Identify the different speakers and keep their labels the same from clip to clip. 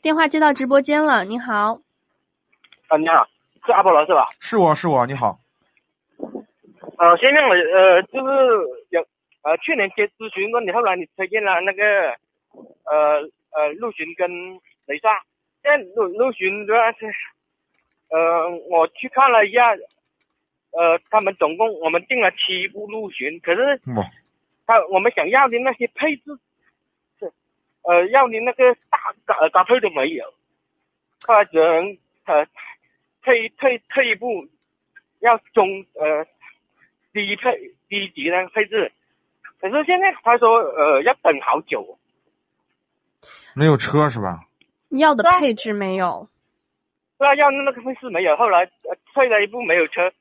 Speaker 1: 电话接到直播间了，你好，
Speaker 2: 啊，你好，是阿波罗是吧？
Speaker 3: 是我是我，你好，
Speaker 2: 呃，先生，我呃就是有呃去年接咨询过你，后来你推荐了那个呃呃陆巡跟雷萨，现在陆陆巡主要是呃我去看了一下，呃他们总共我们订了七部陆巡，可是
Speaker 3: 我
Speaker 2: 他我们想要的那些配置是呃要的那个大高高配都没有，后来只能呃退退退一步，要中呃低配低级的配置。可是现在他说呃要等好久，
Speaker 3: 没有车是吧？
Speaker 1: 你要的
Speaker 2: 对
Speaker 1: 配置没有？
Speaker 2: 不知道要那个配置没有，后来、呃、退了一步没有车，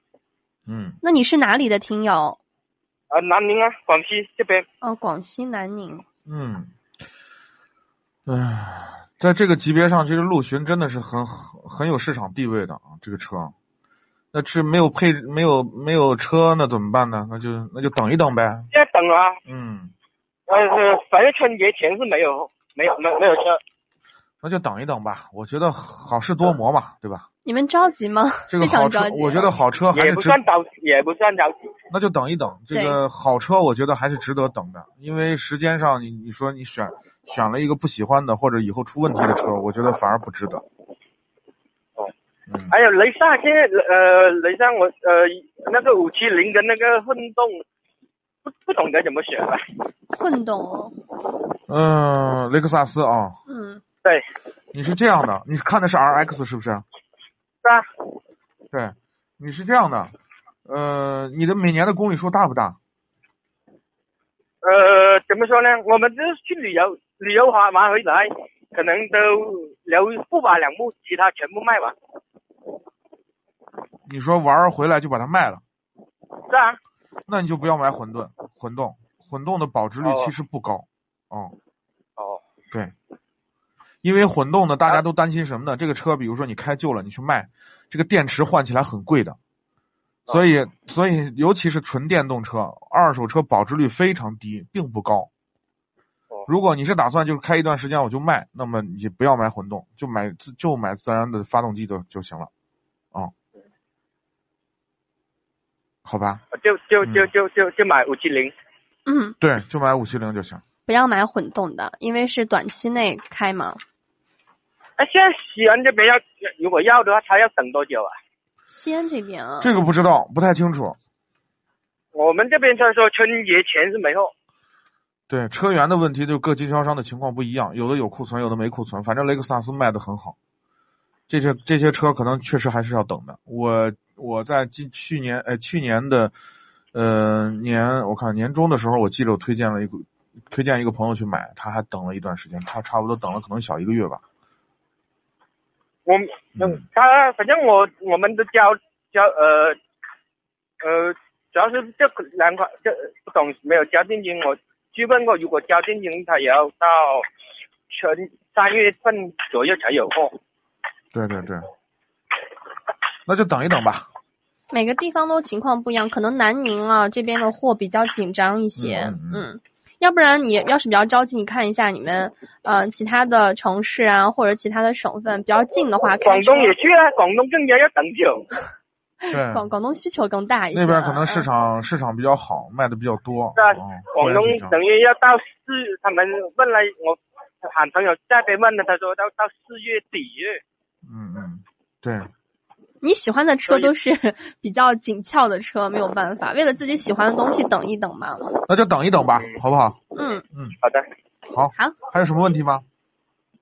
Speaker 3: 嗯，
Speaker 1: 那你是哪里的听友？
Speaker 2: 呃南宁啊广西这边
Speaker 1: 哦，广西南宁。
Speaker 3: 嗯，唉，在这个级别上，这个陆巡真的是很很很有市场地位的啊，这个车。那是没有配没有没有车，那怎么办呢？那就那就等一等呗。
Speaker 2: 现在等啊，
Speaker 3: 嗯，
Speaker 2: 呃呃反正春节前是没有没有没有没有车，
Speaker 3: 那就等一等吧。我觉得好事多磨嘛，对吧？
Speaker 1: 你们着急吗？
Speaker 3: 这个
Speaker 1: 非常
Speaker 3: 好车
Speaker 1: 着，急
Speaker 3: 我觉得好车还
Speaker 2: 也
Speaker 3: 是
Speaker 2: 不
Speaker 3: 值
Speaker 2: 算着也不算着急。
Speaker 3: 那就等一等，这个好车我觉得还是值得等的，因为时间上你你说你选选了一个不喜欢的或者以后出问题的车，我觉得反而不值得。嗯，
Speaker 2: 还有哎雷萨，现在呃，雷萨我呃那个五七零跟那个混动，不不懂得怎么啊选了。
Speaker 1: 混动哦。
Speaker 3: 嗯，雷克萨斯啊，
Speaker 1: 嗯，
Speaker 2: 对，
Speaker 3: 你是这样的，你看的是 RX 是不是？
Speaker 2: 是啊，
Speaker 3: 对，你是这样的，呃，你的每年的公里数大不大？
Speaker 2: 呃，怎么说呢？我们就是去旅游，旅游完完回来，可能都留不把两部，其他全部卖完。
Speaker 3: 你说玩儿回来就把它卖了，
Speaker 2: 是啊，
Speaker 3: 那你就不要买混沌、混动，混动的保值率
Speaker 2: 哦
Speaker 3: 其实不高，哦、
Speaker 2: 哦，
Speaker 3: 对，因为混动呢，大家都担心什么呢？这个车，比如说你开旧了，你去卖，这个电池换起来很贵的，所以所以尤其是纯电动车，二手车保值率非常低，并不高
Speaker 2: 哦。
Speaker 3: 如果你是打算就是开一段时间我就卖，那么你不要买混动，就买自就买自然的发动机就就行了，啊、好吧，
Speaker 2: 呃就就就就就就买五七零。
Speaker 1: 嗯，
Speaker 3: 对，就买五七零就行。
Speaker 1: 不要买混动的，因为是短期内开嘛。
Speaker 2: 哎，现在西安这边要如果要的话，他要等多久啊？
Speaker 1: 西安这边啊，
Speaker 3: 这个不知道，不太清楚。
Speaker 2: 我们这边他说春节前是没货。
Speaker 3: 对车源的问题，就各经销商的情况不一样，有的有库存，有的没库存。反正雷克萨斯卖的很好，这些这些车可能确实还是要等的。我我在今去年呃去年的呃年我看年中的时候，我记得我推荐了一个推荐一个朋友去买，他还等了一段时间，他差不多等了可能小一个月吧。
Speaker 2: 我们
Speaker 3: 嗯
Speaker 2: 他反正我我们的交交呃呃，主要是这两款这不懂没有交定金，我去问过，如果交定金，他也要到全三月份左右才有货。
Speaker 3: 对对对，那就等一等吧。
Speaker 1: 每个地方都情况不一样，可能南宁啊这边的货比较紧张一些，
Speaker 3: 嗯嗯嗯
Speaker 1: 要不然你要是比较着急，你看一下你们呃其他的城市啊或者其他的省份比较近的话，
Speaker 2: 广
Speaker 1: 开车
Speaker 2: 东也去啊，广东更加要等久。
Speaker 3: 对，
Speaker 1: 广广东需求更大一些啊，
Speaker 3: 嗯那边可能市
Speaker 1: 嗯
Speaker 3: 场市场比较好，卖的比较多。
Speaker 2: 对啊
Speaker 3: 嗯
Speaker 2: 广东
Speaker 3: 会紧张
Speaker 2: 等于要到四，他们问了我，喊朋友在边问了，他说到到四月底月。
Speaker 3: 嗯嗯，对。
Speaker 1: 你喜欢的车
Speaker 2: 所以
Speaker 1: 都是 比较紧俏的车，没有办法，为了自己喜欢的东西等一等嘛。
Speaker 3: 那就等一等吧，好不好？
Speaker 1: 嗯，
Speaker 2: 好的，
Speaker 3: 好，
Speaker 1: 好，
Speaker 3: 还有什么问题吗？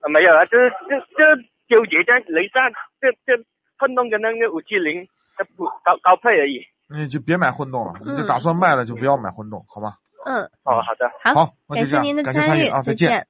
Speaker 2: 啊没有啊，就是这这纠结在雷战这这混动跟那个五七零，这不高高配而已。
Speaker 3: 你就别买混动了，你
Speaker 1: 嗯
Speaker 3: 就打算卖了就不要买混动，好吧？
Speaker 1: 嗯，
Speaker 2: 哦，好的。
Speaker 1: 好，
Speaker 3: 好那
Speaker 1: 感
Speaker 3: 就这
Speaker 1: 谢
Speaker 3: 样
Speaker 1: 您的
Speaker 3: 感谢参
Speaker 1: 参
Speaker 3: 与
Speaker 1: 与，
Speaker 3: 啊再
Speaker 1: 见
Speaker 3: 见。